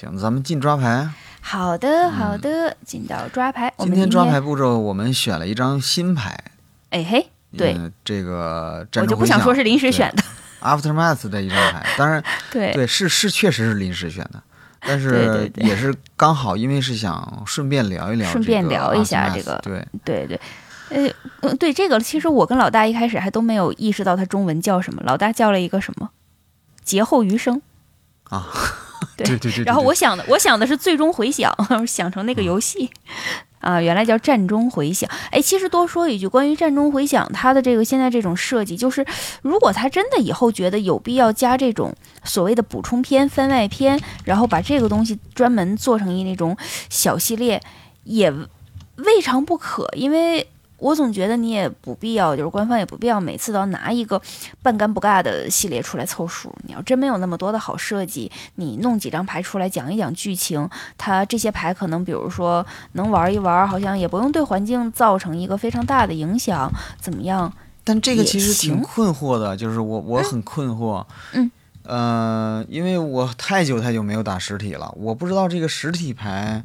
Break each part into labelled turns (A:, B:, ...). A: 行，咱们进抓牌。啊
B: 好的，好的，进到抓牌。我
A: 嗯今
B: 们
A: 天
B: 天
A: 抓牌，步骤，我们选了一张新牌。
B: 哎嘿，对，
A: 嗯，这个
B: 我
A: 战
B: 就
A: 争
B: 不
A: 回
B: 想
A: 响
B: 说是临 时选的，
A: Aftermath 这一张牌，当然
B: 对，
A: 对是是确实是临时选的，但
B: 对
A: 是
B: 对对
A: 也是刚好，因为是想顺便聊一聊这个 Aftermath，
B: 顺便聊一下这个
A: 对
B: 对对，呃，嗯对这个，其实我跟老大一开始还都没有意识到它中文叫什么，老大叫了一个什么“劫后余生
A: 啊，
B: 对
A: 对对对”，。嗯
B: 然后
A: 对
B: 我想的我想的是最终回响， 想成那个游戏。啊，原来叫战中回响。哎，其实多说一句，关于战中回响，它的这个现在这种设计，就是如果他真的以后觉得有必要加这种所谓的补充篇、番外篇，然后把这个东西专门做成一那种小系列，也未尝不可，因为。我总觉得你也不必要，就是官方也不必要每次都要拿一个半干不尬的系列出来凑数。你要真没有那么多的好设计，你弄几张牌出来讲一讲剧情，它这些牌可能比如说能玩一玩，好像也不用对环境造成一个非常大的影响，怎么样？
A: 但这个
B: 也
A: 其实挺
B: 行
A: 困惑的，就是我我很困惑，
B: 嗯，
A: 呃，因为我太久太久没有打实体了，我不知道这个实体牌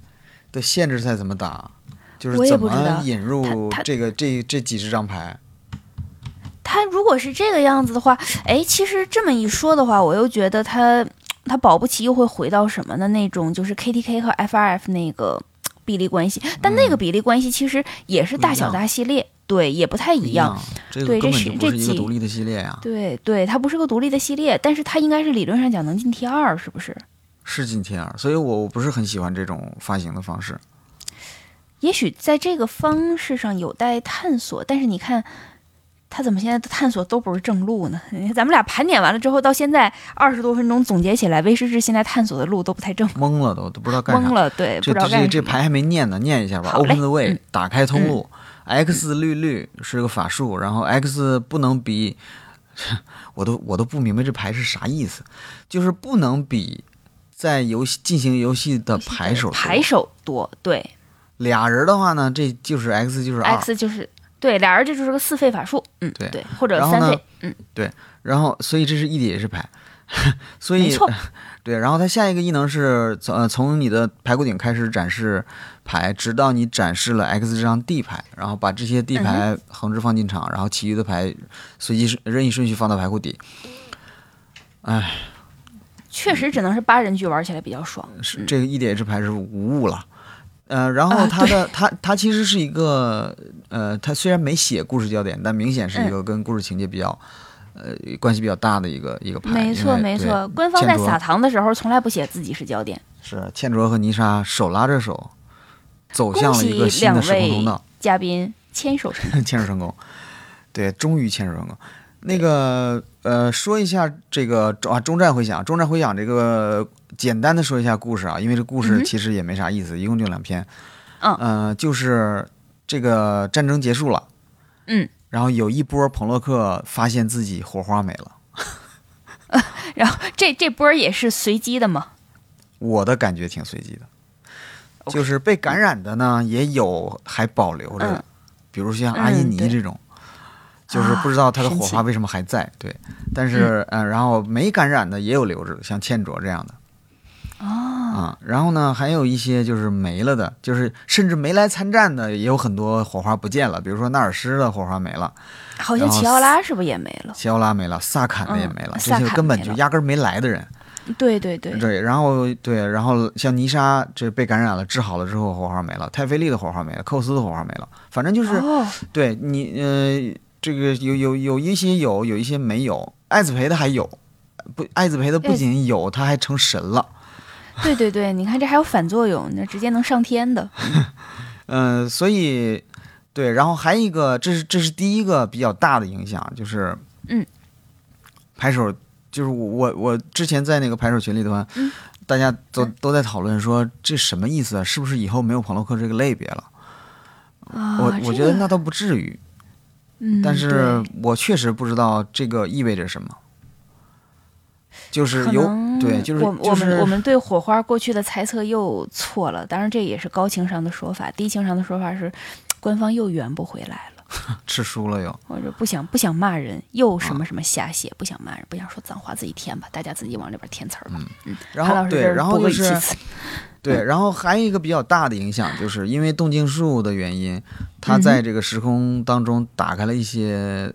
A: 的限制赛怎么打，就是
B: 我也
A: 怎
B: 不知
A: 么
B: 道
A: 引入
B: 它它
A: 这个这这几十张牌。
B: 他如果是这个样子的话，哎，其实这么一说的话，我又觉得他他保不齐又会回到什么呢？那种就是 KTK 和 FRF 那个比例关系，但那个比例关系其实也是大小大系列，对，也嗯不太
A: 不
B: 一样。，
A: 这个
B: 对
A: 根
B: 这
A: 本
B: 是
A: 就不
B: 这
A: 是一个
B: 几
A: 独立的系列呀、
B: 对对，它不是个独立的系列，但是它应该是理论上讲能进 T 二，是不是？
A: 是进 T 二，所以我我不是很喜欢这种发行的方式。
B: 也许在这个方式上有待探索，但是你看，他怎么现在的探索都不是正路呢？ 咱们俩盘点完了之后，到现在二十多分钟总结起来，威士忌现在探索的路都不太正，
A: 懵了都都不知道干啥。
B: 懵了，对，不
A: 这
B: 知道
A: 这
B: 干什
A: 这
B: 么。
A: 这牌还没念呢，念一下吧。
B: 好嘞嗯
A: Open the way，、打开通路。X 绿绿是个法术，然后 X 不能比， 我都我都不明白这牌是啥意思，就是不能比在游戏进行游戏的牌手多
B: 牌手多，对
A: 俩人的话呢，这就是 X 就是二，
B: ，X 就是对，俩人这就是个四费法术，嗯，
A: 对
B: 对，或者
A: 然后
B: 三
A: 呢
B: 费，嗯，
A: 然后所以这是一叠是牌， 所
B: 没
A: 以
B: 错，
A: 对，然后它下一个异能是从呃从你的排骨顶开始展示牌，直到你展示了 X 这张 D 牌，然后把这些
B: 嗯
A: D 牌横置放进场，然后其余的牌随机顺任意顺序放到排骨底。哎，
B: 确实只能是八人局玩起来比较爽。
A: 是这个 EDH 牌是无误了。呃，然
B: 啊
A: 后它的、它它其实是一个呃，它虽然没写故事焦点，但明显是
B: 嗯
A: 一个跟故事情节比较、呃关系比较大的一个一个牌。
B: 没错
A: 因为
B: 没
A: 对
B: 错，官方在
A: 建筑
B: 撒糖的时候从来不写自己是焦点。
A: 是倩卓和泥沙手拉着手走向了一个
B: 恭喜
A: 新的时空
B: 两位
A: 通道，
B: 嘉宾牵手成
A: 牵手成功。对，终于牵手成功。那个呃，说一下这个中啊，中战回响，中战回响这个简单的说一下故事啊，因为这故
B: 嗯
A: 事
B: 哼
A: 其实也没啥意思，一共就两篇。
B: 嗯
A: 呃，就是这个战争结束了，
B: 嗯，
A: 然后有一波朋洛克发现自己火花没了，
B: 然后这这波儿也是随机的嘛？
A: 我的感觉挺随机的。
B: OK
A: 就是被感染的呢，也有还保留着的，
B: 嗯
A: 比如像阿依尼
B: 嗯对啊
A: 这种，就是不知道他的火
B: 神奇
A: 花为什么还在。对，但是嗯、呃，然后没感染的也有留着的，像倩卓这样的
B: 哦，
A: 啊、然后呢，还有一些就是没了的，就是甚至没来参战的，也有很多火花不见了。比如说纳尔施的火花没了，
B: 好像
A: 然后
B: 齐奥拉是不是也没了？
A: 西奥拉没了，萨坎的也没了，这
B: 嗯萨
A: 些
B: 坎
A: 根本
B: 没
A: 就
B: 了
A: 压根儿没来的人。
B: 对对对，
A: 对，然后对，然后像泥沙这被感染了，治好了之后火花没了，泰菲利的火花没了，寇斯的火花没了，反正就是、
B: 哦，
A: 对你呃，这个有有有一些有，有一些没有。艾子培的还有，不，艾子培的不
B: 艾
A: 仅有，他还成神了。
B: 对对对，你看这还有反作用，那直接能上天的。
A: 嗯、所以对，然后还一个，这是这是第一个比较大的影响，就是
B: 嗯，
A: 拍手就是我我我之前在那个拍手群里的话，
B: 嗯
A: 大家都
B: 嗯
A: 都在讨论说这什么意思啊？是不是以后没有朋洛克这个类别了？
B: 啊，
A: 我我
B: 这
A: 觉得
B: 个，
A: 那倒不至于，
B: 嗯，
A: 但是
B: 对
A: 我确实不知道这个意味着什么。就是
B: 可
A: 有
B: 能
A: 对，就是
B: 我
A: 就
B: 我们
A: 是
B: 我们对火花过去的猜测又错了，当然这也是高情商的说法，低情商的说法是，官方又圆不回来了。
A: 吃输了又。
B: 我说不想不想骂人，又什
A: 啊
B: 么什么瞎写，不想骂人，不想说脏话，自己填吧，大家自己往里边填词儿吧。
A: 嗯然
B: 韩老
A: 后
B: 师
A: 对，
B: 这儿
A: 然后
B: 不
A: 就
B: 过一
A: 是
B: 其次
A: 对，然后还有一个比较大的影响，就是因为动静术的原因，它
B: 嗯
A: 在这个时空当中打开了一些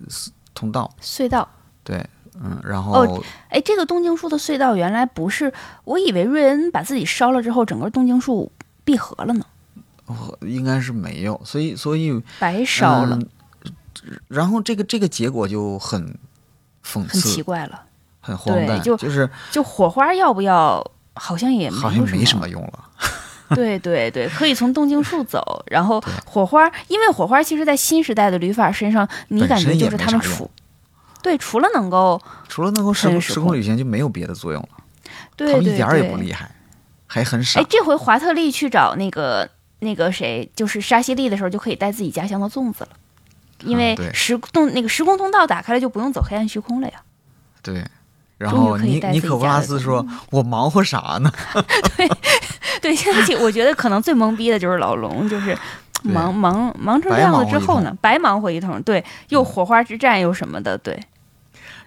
A: 通道。
B: 隧道，
A: 对，嗯，然后、
B: 哦哎，这个东京树的隧道原来不是，我以为瑞恩把自己烧了之后，整个东京树闭合了呢，
A: 哦应该是没有，所以所以
B: 白烧了，
A: 嗯然后这个这个结果就很讽
B: 很奇
A: 刺，
B: 怪了。
A: 很荒诞，
B: 对就是就火花要不要，好像也
A: 好像没
B: 什
A: 什
B: 么
A: 么。用了。
B: 对对对，可以从东京树走，然后火花，因为火花其实在新时代的旅法身上，你
A: 本
B: 感觉
A: 身
B: 就
A: 也
B: 是
A: 没
B: 他们
A: 啥用
B: 除，对，除了能够，
A: 除了能够时
B: 穿越
A: 空
B: 时
A: 时空
B: 空
A: 旅行，就没有别的作用了。
B: 对
A: 他
B: 对
A: 们
B: 对，
A: 一点儿也不厉害，还很傻
B: 哎，。这回华特利去找那个那个谁，就是沙西利的时候，就可以带自己家乡的粽子了，因为
A: 嗯对
B: 时动那个时空通道打开了，就不用走黑暗虚空了呀。
A: 对，然
B: 终于
A: 后
B: 可以
A: 尼
B: 带
A: 尼
B: 自
A: 可
B: 己
A: 波
B: 家嗯
A: 拉
B: 的
A: 斯
B: 东
A: 说：“我忙活啥呢？”
B: 对，现在就我觉得可能最懵逼的就是老龙，就是
A: 对
B: 忙忙忙成这
A: 白
B: 样
A: 忙
B: 子之
A: 活一
B: 后
A: 通
B: 呢，白忙活一通，对，又火花之战又什么的，对，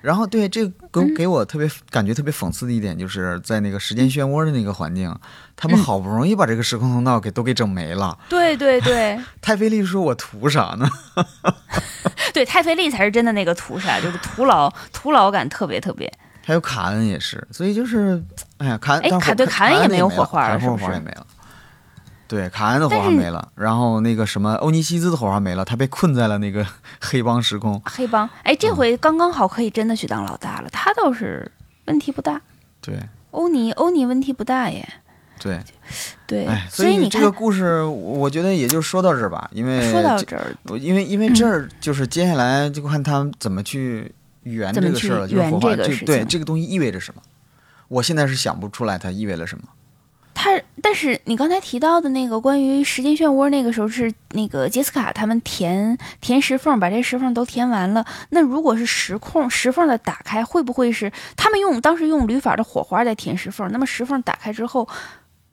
A: 然后对这个
B: 嗯
A: 给给我特别感觉特别讽刺的一点，就是在那个时间漩涡的那个环境，他们
B: 嗯
A: 好不容易把这个时空通道给都给整没了。
B: 对对对
A: 泰菲利说：“我图啥呢
B: 对，太妃利才是真的那个屠杀，就是徒劳徒劳感特别特别。？”
A: 还有卡恩也是， 所以就是，哎呀，卡恩
B: 哎
A: 但是
B: 卡对卡
A: 卡
B: 恩也
A: 恩
B: 没有火花
A: 卡
B: 了
A: 恩
B: 是不
A: 火花
B: 是
A: 也没了。对，卡恩的火
B: 但
A: 花
B: 是
A: 没了，然后那个什么欧尼西斯的火花没了，他被困在了那个黑帮时空。
B: 黑帮，哎，这回刚刚好可以真的去当老大了，他倒是问题不大。
A: 对
B: 欧尼，欧尼问题不大耶。
A: 对，
B: 对，
A: 哎，
B: 所
A: 以
B: 你
A: 这
B: 看，
A: 个故事，我我觉得也就说到这儿吧，因为
B: 说到
A: 这
B: 这儿，
A: 我因为因为
B: 嗯
A: 这儿就是接下来就看他们怎么去圆
B: 怎
A: 这
B: 么
A: 个
B: 去
A: 事儿了，就是
B: 圆
A: 火花
B: 这个事
A: 对
B: 情
A: 这个东西意味着什么，我现在是想不出来它意味着什么。
B: 他但是你刚才提到的那个关于时间漩涡，那个时候是那个杰斯卡他们填填石缝，把这石缝都填完了。那如果是石空石缝的打开，会不会是他们用当时用铝法的火花在填石缝？那么石缝打开之后。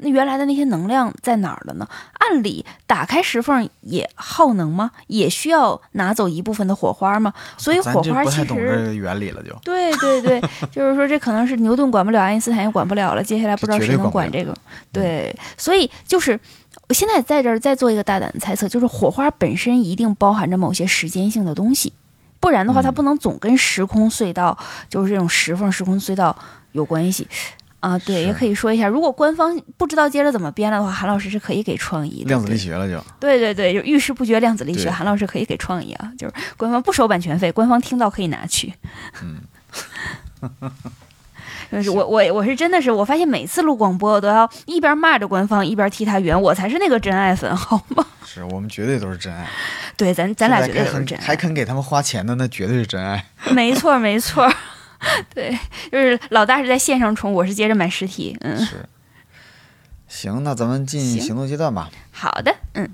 B: 那原来的那些能量在哪儿了呢？按理打开石缝也耗能吗？也需要拿走一部分的火花吗？所以
A: 咱
B: 火
A: 这
B: 花
A: 不
B: 其
A: 太
B: 实
A: 懂这个原理了就，
B: 对对 对，就是说这可能是牛顿管不了，爱因斯坦也管不了了，接下来不知道
A: 这绝
B: 谁
A: 对
B: 能
A: 管
B: 管
A: 不嗯
B: 这个。对，所以就是我现在在这儿再做一个大胆的猜测，就是火花本身一定包含着某些时间性的东西，不然的话它
A: 嗯
B: 不能总跟时空隧道，就是这种石缝时空隧道有关系。啊，对，也
A: 是
B: 可以说一下，如果官方不知道接着怎么编了的话，韩老师是可以给创意的。
A: 量子
B: 对
A: 力学了就。
B: 对对对，就遇事不决量子力学，
A: 对
B: 韩老师可以给创意啊，就是官方不收版权费，官方听到可以拿去。
A: 嗯，
B: 就是我我我是真的是，我发现每次录广播，我都要一边骂着官方，一边替他圆，我才是那个真爱粉，好吗？
A: 是我们绝对都是真爱，
B: 对，咱咱俩
A: 现在
B: 绝
A: 还
B: 对都是
A: 肯
B: 真爱
A: 还，肯给他们花钱的，那绝对是真爱。
B: 没错没错。对，就是老大是在线上冲，我是接着买实体。嗯，
A: 是。行，那咱们进
B: 行
A: 行动阶段吧。
B: 好的，嗯，